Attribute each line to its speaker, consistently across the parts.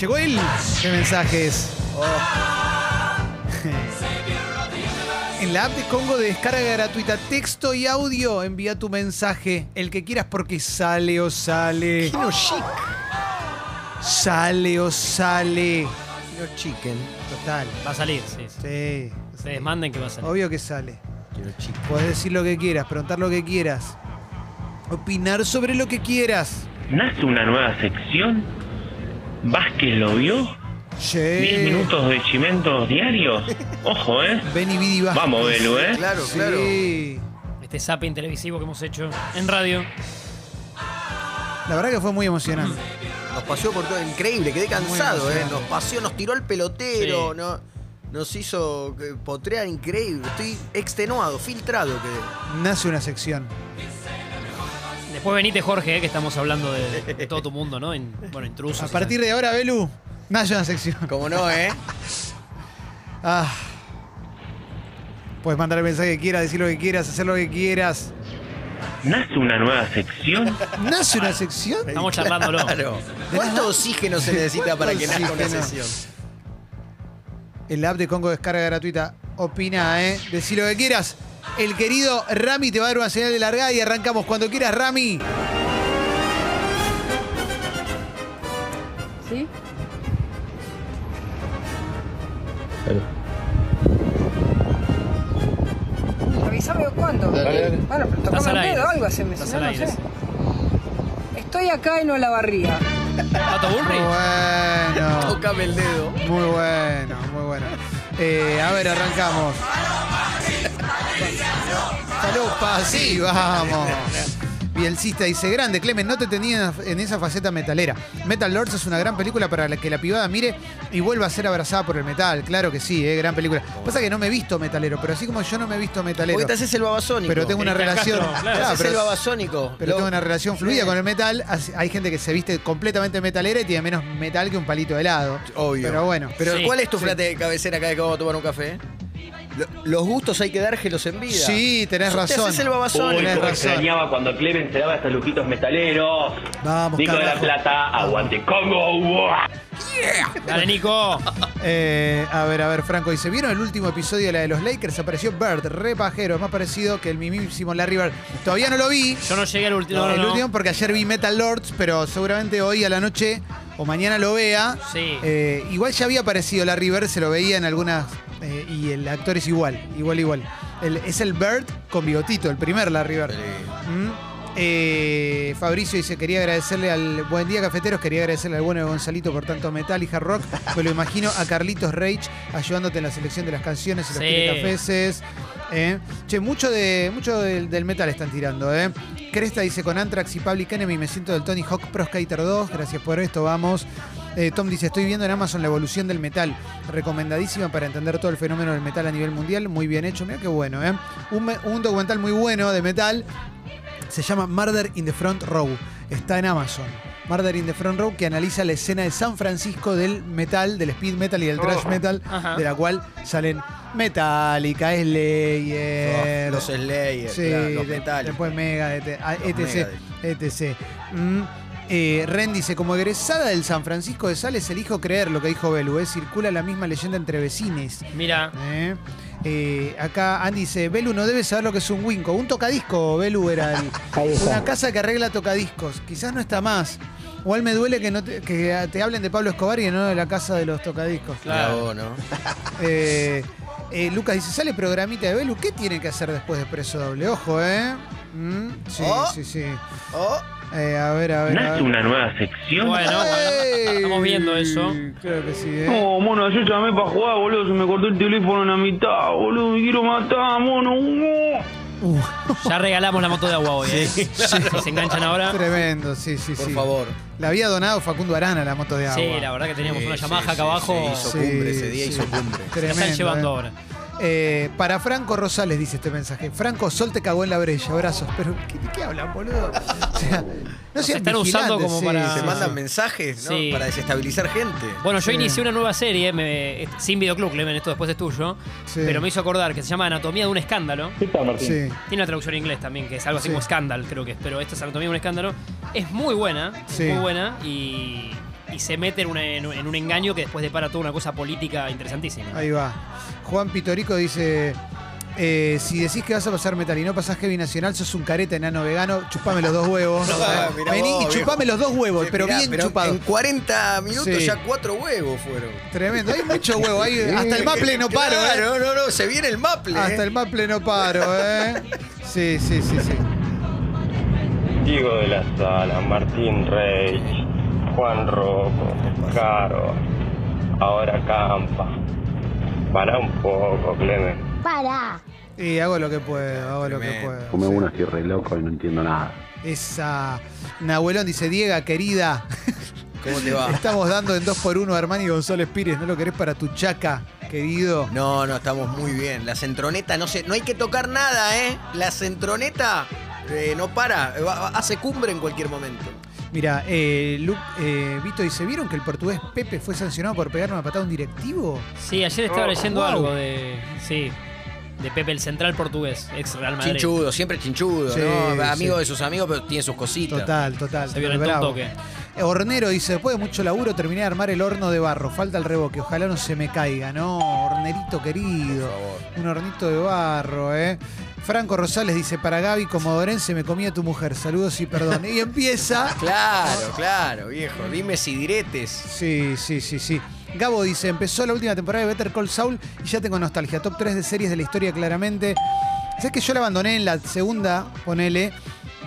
Speaker 1: Llegó él de mensajes. En la app de Congo de descarga gratuita, texto y audio, envía tu mensaje, el que quieras porque sale o sale.
Speaker 2: Kino Chic.
Speaker 1: Sale o sale. ¿eh?
Speaker 2: Kino Chicken.
Speaker 1: Total.
Speaker 3: Va a salir, sí. sí.
Speaker 1: Sí.
Speaker 3: Ustedes manden que va a salir.
Speaker 1: Obvio que sale.
Speaker 2: Kino Chic.
Speaker 1: Podés decir lo que quieras, preguntar lo que quieras, opinar sobre lo que quieras.
Speaker 4: Nace una nueva sección. Vázquez lo vio. 10
Speaker 1: Che.
Speaker 4: minutos de chimentos diarios. Ojo, ¿eh?
Speaker 1: Vení, Vidi Vázquez.
Speaker 4: Vamos, Belu, ¿eh?
Speaker 2: Claro,
Speaker 1: Sí.
Speaker 2: claro.
Speaker 3: Este zapping televisivo que hemos hecho en radio.
Speaker 1: La verdad que fue muy emocionante.
Speaker 2: Nos paseó por todo. Increíble, quedé cansado, ¿eh?
Speaker 1: emocionante.
Speaker 2: Nos paseó, nos tiró el pelotero,
Speaker 3: Sí.
Speaker 2: no- nos hizo eh, potrear increíble. Estoy extenuado, filtrado quedé.
Speaker 1: Nace una sección.
Speaker 3: Después venite, Jorge, eh, que estamos hablando de, de todo tu mundo, ¿no? En- bueno, intrusos.
Speaker 1: A
Speaker 3: y
Speaker 1: partir de ahora, Belu, nace una sección.
Speaker 2: Como no, ¿eh?
Speaker 1: Ah. Puedes mandar el mensaje que quieras, decir lo que quieras, hacer lo que quieras.
Speaker 4: Nace una nueva sección.
Speaker 1: ¿Nace una sección?
Speaker 3: tal. Estamos charlándolo.
Speaker 2: Claro. ¿Cuánto oxígeno se necesita para que nazca una
Speaker 1: oxígeno?
Speaker 2: sesión?
Speaker 1: El app de Congo descarga gratuita. Opina, ¿eh? Decí lo que quieras. El querido Rami te va a dar una señal de largada y arrancamos cuando quieras, Rami.
Speaker 5: ¿Sí?
Speaker 6: Avísame cuándo. Bueno, pero
Speaker 3: Estás
Speaker 6: tocame
Speaker 3: al
Speaker 6: el
Speaker 3: aire.
Speaker 6: dedo o algo haceme,
Speaker 3: Estás
Speaker 6: si no,
Speaker 3: al
Speaker 6: no
Speaker 3: aire.
Speaker 6: sé. Estoy acá en Olavarría.
Speaker 3: ¿Pato Bullrich?
Speaker 1: Bueno.
Speaker 2: Tócame el dedo.
Speaker 1: Muy bueno, muy bueno. Eh, a ver, arrancamos. Falopa, sí, vamos. Bielcista dice, grande, Clemen, no te tenía en esa faceta metalera. Metal Lords es una gran película para la que la pibada mire y vuelva a ser abrazada por el metal. Claro que sí, eh, gran película. Pasa que no me he visto metalero, pero así como yo no me he visto metalero,
Speaker 2: Porque te haces el babasónico.
Speaker 1: pero tengo una
Speaker 3: Cristian
Speaker 1: relación...
Speaker 3: Castro, claro.
Speaker 2: Te
Speaker 1: Claro,
Speaker 2: haces el
Speaker 1: pero,
Speaker 2: babasónico.
Speaker 1: pero
Speaker 2: Lo-
Speaker 1: tengo una relación fluida con el metal. Así- Hay gente que se viste completamente metalera y tiene menos metal que un palito de helado.
Speaker 2: Obvio.
Speaker 1: Pero bueno.
Speaker 2: Pero
Speaker 3: Sí,
Speaker 2: ¿cuál es tu
Speaker 1: sí.
Speaker 2: frate de cabecera cada vez que vamos a tomar un café? Lo- los gustos hay que dárgelos en vida.
Speaker 1: Sí, tenés
Speaker 2: Te
Speaker 1: razón.
Speaker 2: haces el babasónico.
Speaker 1: Tenés
Speaker 4: cómo
Speaker 1: razón.
Speaker 4: extrañaba cuando Clemen se daba estos lujitos metaleros.
Speaker 1: Vamos,
Speaker 4: Nico de la
Speaker 1: carajo.
Speaker 4: Plata, aguante Congo. ¡buah!
Speaker 3: Dale, Nico.
Speaker 1: Eh, a ver, a ver, Franco dice: ¿Vieron el último episodio de la de los Lakers? Apareció Bird, re pajero, es más parecido que el mismísimo Larry Bird. Todavía no lo vi.
Speaker 3: Yo no llegué al último.
Speaker 1: el
Speaker 3: no, no.
Speaker 1: último, porque ayer vi Metal Lords, pero seguramente hoy a la noche o mañana lo vea.
Speaker 3: Sí.
Speaker 1: Eh, igual ya había aparecido Larry Bird, se lo veía en algunas. eh, y el actor es igual, igual, igual. El- es el Bird con bigotito, el primer Larry Bird. Mm. Eh, Fabricio dice, quería agradecerle al Buen Día Cafeteros, quería agradecerle al bueno de Gonzalito por tanto metal y hard rock. Me lo imagino a Carlitos Rage ayudándote en la selección de las canciones y los
Speaker 3: Sí.
Speaker 1: telecafeses. Eh. Che, mucho, de, mucho del, del metal están tirando. Eh. Cresta dice, con Anthrax y Public Enemy me siento del Tony Hawk Pro Skater 2. Gracias por esto, vamos. Eh, Tom dice, estoy viendo en Amazon la evolución del metal. Recomendadísima para entender todo el fenómeno del metal a nivel mundial. Muy bien hecho, mira qué bueno. ¿eh? Un, me- un documental muy bueno de metal se llama Murder in the Front Row. Está en Amazon. Murder in the Front Row que analiza la escena de San Francisco del metal, del speed metal y del thrash metal,
Speaker 3: Ajá.
Speaker 1: de la cual salen Metallica, Slayer,
Speaker 2: Los Slayer,
Speaker 1: Sí,
Speaker 2: claro, los
Speaker 1: de-
Speaker 2: metales.
Speaker 1: después Mega, et- a-
Speaker 2: Los
Speaker 1: etc. etc. Mm, eh, Ren dice, como egresada del San Francisco de Sales, elijo creer lo que dijo Belu, eh, circula la misma leyenda entre vecines.
Speaker 3: Mira,
Speaker 1: ¿eh? Eh, acá Andy dice, Belu no debe saber lo que es un Winco. Un tocadisco, Belu era el- una casa que arregla tocadiscos. Quizás no está más. Igual me duele que, no te, que te hablen de Pablo Escobar y no de la casa de los tocadiscos.
Speaker 2: Mirá
Speaker 3: claro.
Speaker 2: vos, ¿no?
Speaker 1: Eh, eh, Lucas dice, sale programita de Belu. ¿Qué tiene que hacer después de Preso Doble? Ojo, ¿eh? Mm, sí,
Speaker 2: Oh.
Speaker 1: sí, sí.
Speaker 2: Oh,
Speaker 1: Eh, a ver, a ver. a
Speaker 4: Nace
Speaker 1: ver.
Speaker 4: una nueva sección.
Speaker 3: Bueno, bueno,
Speaker 1: ¡Ey!
Speaker 3: estamos viendo eso.
Speaker 1: Creo que sí, ¿eh?
Speaker 7: No, mono, yo llamé para jugar, boludo. Se me cortó el teléfono en la mitad, boludo. Me quiero matar, mono. Uh.
Speaker 1: Uh,
Speaker 3: Ya regalamos la moto de agua hoy. ¿eh? Si se enganchan ahora.
Speaker 1: tremendo, sí, sí,
Speaker 2: por
Speaker 1: sí.
Speaker 2: favor.
Speaker 1: La había donado Facundo Arana la moto de agua.
Speaker 3: Sí, la verdad que teníamos
Speaker 2: Sí,
Speaker 3: una
Speaker 2: sí,
Speaker 3: Yamaha
Speaker 2: sí,
Speaker 3: acá abajo.
Speaker 2: hizo
Speaker 1: Sí,
Speaker 2: cumbre ese día,
Speaker 1: sí.
Speaker 2: hizo cumbre.
Speaker 3: Se la
Speaker 1: Tremendo,
Speaker 3: están llevando
Speaker 1: eh.
Speaker 3: ahora.
Speaker 1: Eh, para Franco Rosales dice este mensaje. Franco, Sol te cagó en la brecha, abrazos. Pero, ¿qué, de qué hablan, boludo? O sea, no
Speaker 3: Nos
Speaker 1: sean
Speaker 3: están usando
Speaker 1: vigilantes,
Speaker 3: como
Speaker 1: sí,
Speaker 3: para-
Speaker 1: sí,
Speaker 2: Se
Speaker 1: sí.
Speaker 2: mandan mensajes, ¿no?
Speaker 3: Sí.
Speaker 2: Para desestabilizar gente.
Speaker 3: Bueno, yo
Speaker 1: Sí.
Speaker 3: inicié una nueva serie, me- est- sin videoclub, Clemen, esto después es tuyo,
Speaker 1: Sí.
Speaker 3: pero me hizo acordar que se llama Anatomía de un escándalo.
Speaker 1: Sí.
Speaker 3: Tiene una traducción en inglés también, que es algo así
Speaker 1: Sí.
Speaker 3: como Scandal, creo que es, pero esta es Anatomía de un escándalo. Es muy buena, es
Speaker 1: Sí.
Speaker 3: muy buena y, y y se mete en, una- en un- en un engaño que después depara toda una cosa política interesantísima.
Speaker 1: Ahí va. Juan Pitorico dice: eh, Si decís que vas a pasar metal y no pasás heavy nacional, sos un careta enano vegano, chupame los dos huevos.
Speaker 2: Ah, mirá
Speaker 1: Vení
Speaker 2: vos,
Speaker 1: y chupame
Speaker 2: viejo.
Speaker 1: los dos huevos,
Speaker 2: Sí,
Speaker 1: pero
Speaker 2: mirá,
Speaker 1: bien chupado.
Speaker 2: En 40 minutos
Speaker 1: Sí.
Speaker 2: ya cuatro huevos fueron.
Speaker 1: Tremendo, hay mucho huevo. Hay, hasta el maple no paro, ¿eh?
Speaker 2: Claro, No, no, no, se viene el maple.
Speaker 1: Hasta
Speaker 2: eh.
Speaker 1: el maple no paro, ¿eh? Sí, sí, sí, sí.
Speaker 5: Diego de la Sala, Martín Rey, Juan Rocco, Caro, ahora Campa. Para un poco, Clemen.
Speaker 8: Para.
Speaker 1: Y hago lo que puedo, hago lo que
Speaker 2: Tremendo.
Speaker 1: puedo.
Speaker 9: Come
Speaker 1: sí.
Speaker 9: uno, estoy re loco y no entiendo nada.
Speaker 1: Esa. Nahuelón dice, Diega, querida,
Speaker 2: ¿Cómo te va?
Speaker 1: estamos dando en 2 por 1 a Armani González Pires, ¿no lo querés para tu chaca, querido?
Speaker 2: No, no, estamos muy bien. La centroneta, no sé, no hay que tocar nada, ¿eh? La centroneta eh, no para, eh, va- va- hace cumbre en cualquier momento.
Speaker 1: Mira, eh, Lu- eh, Vito dice, ¿vieron que el portugués Pepe fue sancionado por pegar una patada a un directivo?
Speaker 3: Sí, ayer
Speaker 2: Oh,
Speaker 3: estaba leyendo
Speaker 1: wow.
Speaker 3: algo de. Sí. De Pepe, el central portugués, ex Real Madrid.
Speaker 2: Chinchudo, siempre chinchudo,
Speaker 1: Sí,
Speaker 2: ¿no? Amigo
Speaker 1: sí.
Speaker 2: de sus amigos, pero tiene sus cositas.
Speaker 1: Total, total.
Speaker 3: Se violentó un
Speaker 1: bravo.
Speaker 3: toque.
Speaker 1: Eh, Hornero dice, después de mucho laburo terminé de armar el horno de barro, falta el reboque, ojalá no se me caiga, ¿no? Hornerito querido, un hornito de barro, ¿eh? Franco Rosales dice, para Gaby Comodorense me comía tu mujer, saludos y perdón. Y empieza...
Speaker 2: Claro, claro, viejo. Dime si diretes.
Speaker 1: Sí, sí, sí, sí. Gabo dice, empezó la última temporada de Better Call Saul y ya tengo nostalgia. Top 3 de series de la historia, claramente. Sabes que yo la abandoné en la segunda, ponele.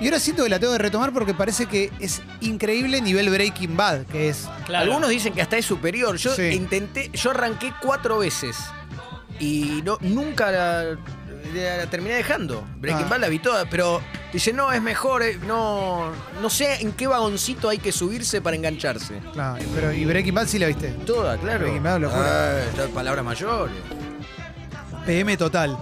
Speaker 1: Y ahora siento que la tengo que retomar porque parece que es increíble nivel Breaking Bad, que es.
Speaker 3: Claro.
Speaker 2: Algunos dicen que hasta es superior. Yo
Speaker 1: Sí.
Speaker 2: intenté, yo arranqué cuatro veces y no, nunca la, la- la terminé dejando. Breaking
Speaker 1: Ah.
Speaker 2: Bad la vi toda, pero dice, no, es mejor, eh, no, no sé en qué vagoncito hay que subirse para engancharse.
Speaker 1: Claro, pero y Breaking Bad sí la viste.
Speaker 2: Toda, claro.
Speaker 1: Breaking Bad, locura.
Speaker 2: Ah, estas palabras mayores.
Speaker 1: PM total.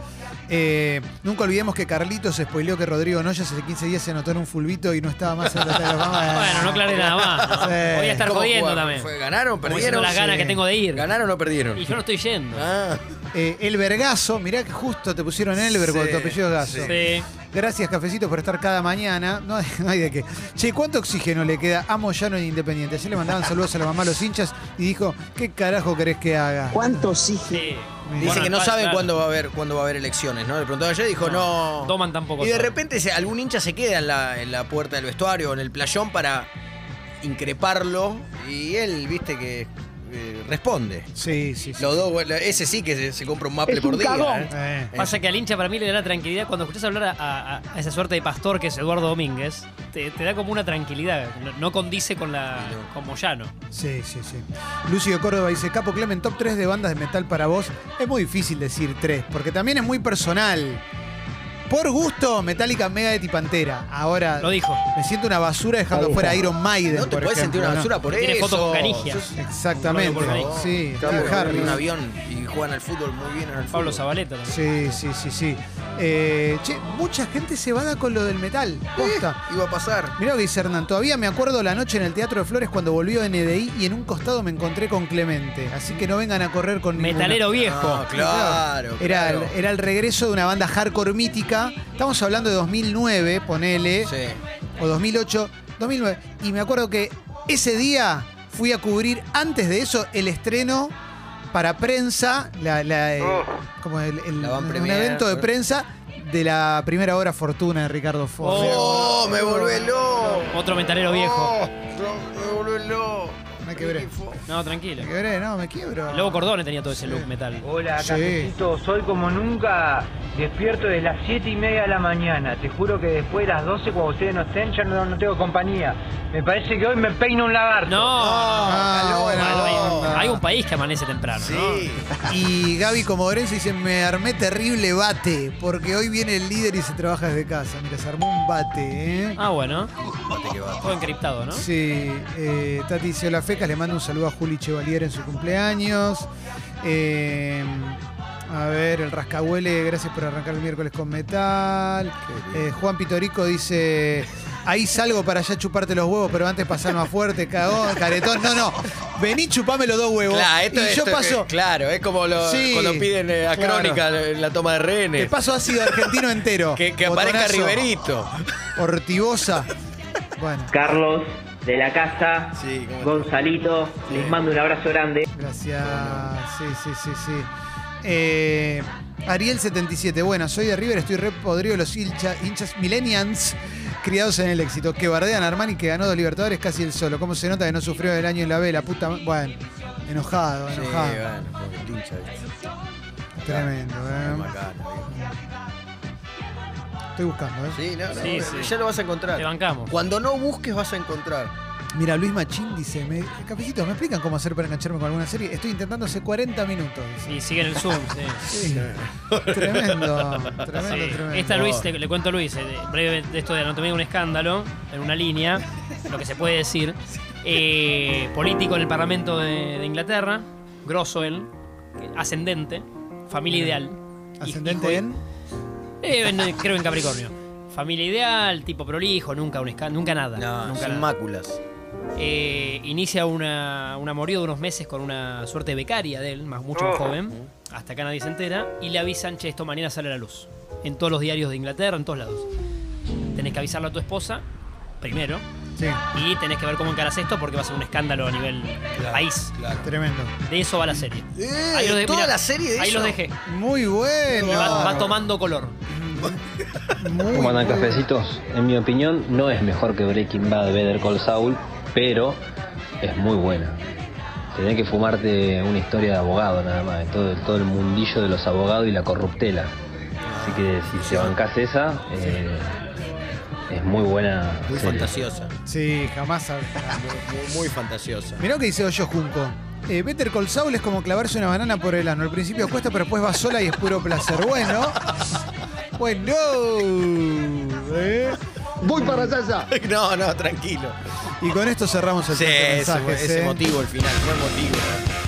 Speaker 1: Eh, nunca olvidemos que Carlitos spoileó que Rodrigo Noyas hace 15 días se anotó en un fulbito y no estaba más en la tabla de la fama.
Speaker 3: Bueno, no aclaré nada más. ¿no?
Speaker 1: Sí.
Speaker 3: Voy a estar
Speaker 2: ¿Cómo
Speaker 3: jodiendo
Speaker 2: jugaron?
Speaker 3: también.
Speaker 2: Fue- ¿Ganaron?
Speaker 3: Como diciendo
Speaker 2: ¿Perdieron?
Speaker 3: las ganas
Speaker 2: Sí.
Speaker 3: que tengo de ir.
Speaker 2: ¿Ganaron o perdieron?
Speaker 3: Y yo no estoy yendo.
Speaker 2: Ah,
Speaker 1: Eh, el Vergazo, mirá que justo te pusieron Elber con
Speaker 2: Sí,
Speaker 1: tu apellido Gaso.
Speaker 3: Sí.
Speaker 1: Gracias, cafecito, por estar cada mañana. No, hay- no hay de qué. Che, ¿cuánto oxígeno le queda a Moyano en Independiente? Ayer le mandaban saludos a la mamá a los hinchas y dijo, ¿qué carajo querés que haga?
Speaker 3: sí.
Speaker 2: Dice
Speaker 3: Bueno,
Speaker 2: que no
Speaker 3: claro,
Speaker 2: saben
Speaker 3: claro.
Speaker 2: cuándo va a haber cuándo va a haber elecciones, ¿no? Le preguntó ayer dijo, no.
Speaker 3: Toman tampoco.
Speaker 2: Y de
Speaker 3: saben.
Speaker 2: repente se- algún hincha se queda en la, en la puerta del vestuario o en el playón para increparlo y él, viste, que eh, responde.
Speaker 1: Sí, sí, sí.
Speaker 2: Los dos, bueno, ese sí que se, se compra un maple por día. ¿eh?
Speaker 1: Eh,
Speaker 3: Pasa que al hincha para mí le da la tranquilidad. Cuando escuchás hablar a, a- a esa suerte de pastor que es Eduardo Domínguez, te, te da como una tranquilidad. No, no condice con la con Moyano.
Speaker 1: sí, sí, sí. Lucio Córdoba dice, Capo Clemen, top 3 de bandas de metal para vos. Es muy difícil decir 3, porque también es muy personal. Por gusto, Metallica, Mega y Pantera. Ahora,
Speaker 3: Lo dijo.
Speaker 1: me siento una basura dejando fuera a Iron Maiden,
Speaker 2: No te
Speaker 1: por
Speaker 2: puedes
Speaker 1: ejemplo,
Speaker 2: sentir una
Speaker 1: ¿no?
Speaker 2: basura por
Speaker 3: Tiene
Speaker 2: eso.
Speaker 3: fotos con Canigia.
Speaker 2: Sos-
Speaker 1: Exactamente.
Speaker 3: Por ahí.
Speaker 1: Sí,
Speaker 2: Claro,
Speaker 1: Steve Harris.
Speaker 2: en un avión y juegan al fútbol muy bien en el
Speaker 3: Pablo
Speaker 2: fútbol.
Speaker 3: Zabaleta. también.
Speaker 1: Sí, sí, sí, sí. Eh, che, mucha gente se vada con lo del metal. Posta.
Speaker 2: Iba a pasar.
Speaker 1: Mirá lo que dice Hernán. Todavía me acuerdo la noche en el Teatro de Flores cuando volvió NDI y en un costado me encontré con Clemente. Así que no vengan a correr con ninguna.
Speaker 3: Metalero viejo.
Speaker 2: Ah, claro,
Speaker 1: Era,
Speaker 2: claro.
Speaker 1: era el regreso de una banda hardcore mítica. Estamos hablando de 2009, ponele,
Speaker 2: Sí.
Speaker 1: o 2008, 2009. Y me acuerdo que ese día fui a cubrir, antes de eso, el estreno para prensa, la, la, eh, como el, el-
Speaker 2: La van
Speaker 1: un
Speaker 2: premier.
Speaker 1: evento de prensa de la primera hora Fortuna de Ricardo Ford.
Speaker 2: ¡Oh, me volvé loco!
Speaker 3: Otro metalero viejo.
Speaker 2: Oh, no, me volvé loco.
Speaker 1: Me quebré.
Speaker 3: No, tranquilo.
Speaker 1: Me quebré, no, me quiebro.
Speaker 3: Luego Cordone tenía todo ese look metal.
Speaker 2: Oh,
Speaker 10: Hola,
Speaker 1: Sí.
Speaker 10: cafecito. Soy como nunca despierto desde las 7 y media de la mañana. Te juro que después de las 12, cuando ustedes no estén, ya no, no tengo compañía. Me parece que hoy me peino un lagarto.
Speaker 3: No.
Speaker 1: Ah,
Speaker 2: oh, calor,
Speaker 1: buena
Speaker 2: calor.
Speaker 1: onda.
Speaker 3: Hay un país que amanece temprano, ¿no?
Speaker 2: Sí.
Speaker 1: Y Gaby Comodorense dice, me armé terrible bate, porque hoy viene el líder y se trabaja desde casa. Mira, se armó un bate, ¿eh?
Speaker 3: Ah, bueno. Todo encriptado, ¿no?
Speaker 1: Sí, eh, Tati dice hola Fecas, le mando un saludo a Juli Chevalier en su cumpleaños. Eh, a ver, el Rascahuele, gracias por arrancar el miércoles con metal. Eh, Juan Pitorico dice, ahí salgo para ya chuparte los huevos, pero antes pasar más fuerte, cagón, caretón. No, no, vení chupame los dos huevos.
Speaker 2: Claro, esto,
Speaker 1: y yo
Speaker 2: esto-
Speaker 1: paso,
Speaker 2: claro, es como lo-
Speaker 1: Sí,
Speaker 2: cuando piden eh, a
Speaker 1: claro.
Speaker 2: Crónica en la toma de
Speaker 1: te
Speaker 2: rehenes.
Speaker 1: paso ácido argentino entero.
Speaker 2: Que, que aparezca
Speaker 1: Botonazo,
Speaker 2: Riverito.
Speaker 1: Ortigosa. Bueno,
Speaker 4: Carlos
Speaker 8: de la casa,
Speaker 2: Sí, ¿cómo
Speaker 8: Gonzalito. Les mando un abrazo grande.
Speaker 1: Gracias. Sí, sí, sí, sí. Eh, Ariel 77. Bueno, soy de River, estoy re podrido de los hincha- hinchas millennials criados en el éxito. Que bardean a Armani que ganó dos Libertadores casi el solo. ¿Cómo se nota que no sufrió el año en la B? La puta. ma- Bueno, enojado,
Speaker 2: Sí,
Speaker 1: enojado.
Speaker 2: bueno, porque pincha, ¿viste?
Speaker 1: Tremendo,
Speaker 2: Qué
Speaker 1: ¿eh?
Speaker 2: macana,
Speaker 1: Estoy buscando, ¿eh?
Speaker 2: viejo. Sí, no, no,
Speaker 3: Sí, sí.
Speaker 2: ya lo vas a encontrar.
Speaker 3: Te bancamos.
Speaker 2: Cuando no busques vas a encontrar.
Speaker 1: Mira, Luis Machín dice: me, Cafecitos, ¿me explican cómo hacer para engancharme con alguna serie? Estoy intentando hace 40 minutos. dice.
Speaker 3: Y sigue en el Zoom, sí.
Speaker 1: Sí. Tremendo, tremendo,
Speaker 3: Sí.
Speaker 1: tremendo.
Speaker 3: Esta Luis, le, le cuento a Luis, eh, de- breve de esto de anatomía de un escándalo, en una línea, lo que se puede decir. Eh, político en el Parlamento de, de Inglaterra, grosso él, eh, ascendente, familia ideal. Hijo-
Speaker 1: Ascendente en.
Speaker 3: Eh, en- eh, creo en Capricornio. Familia ideal, tipo prolijo, nunca un escándalo, nunca nada.
Speaker 2: No,
Speaker 3: nunca
Speaker 2: sin
Speaker 3: nada.
Speaker 2: máculas.
Speaker 3: Eh, inicia una, un amorío de unos meses con una suerte de becaria de él, más mucho más
Speaker 2: Oh.
Speaker 3: joven. Hasta acá nadie se entera. Y le avisan, che, esto mañana sale a la luz. En todos los diarios de Inglaterra, en todos lados. Tenés que avisarlo a tu esposa, primero.
Speaker 1: Sí,
Speaker 3: Y tenés que ver cómo encaras esto porque va a ser un escándalo a nivel país.
Speaker 2: Claro.
Speaker 1: tremendo.
Speaker 3: De eso va la serie.
Speaker 2: Eh,
Speaker 3: Ahí los de-
Speaker 2: toda
Speaker 3: mirá,
Speaker 2: la serie de
Speaker 3: Ahí
Speaker 2: eso.
Speaker 3: los dejé.
Speaker 1: Muy bueno.
Speaker 3: Va, va tomando color.
Speaker 1: Muy
Speaker 11: ¿Cómo
Speaker 1: bueno.
Speaker 11: andan cafecitos? En mi opinión no es mejor que Breaking Bad Better Call Saul, pero es muy buena. Tenés que fumarte una historia de abogado nada más, de todo, todo el mundillo de los abogados y la corruptela. Así que si te bancás esa, eh, es muy buena.
Speaker 2: Muy
Speaker 11: serie.
Speaker 2: fantasiosa.
Speaker 1: Sí, jamás. sabré.
Speaker 2: Muy, muy fantasiosa.
Speaker 1: Mirá lo que dice Hoyo Junco. Eh, Better Call Saul es como clavarse una banana por el ano. Al principio cuesta, pero después va sola y es puro placer. Bueno. Bueno. ¿eh?
Speaker 9: Voy para allá ya.
Speaker 2: No, no, tranquilo.
Speaker 1: Y con esto cerramos el
Speaker 2: Sí,
Speaker 1: bloque de
Speaker 2: ese,
Speaker 1: mensajes,
Speaker 2: ese
Speaker 1: ¿eh?
Speaker 2: motivo, el final, fue emotivo. ¿no?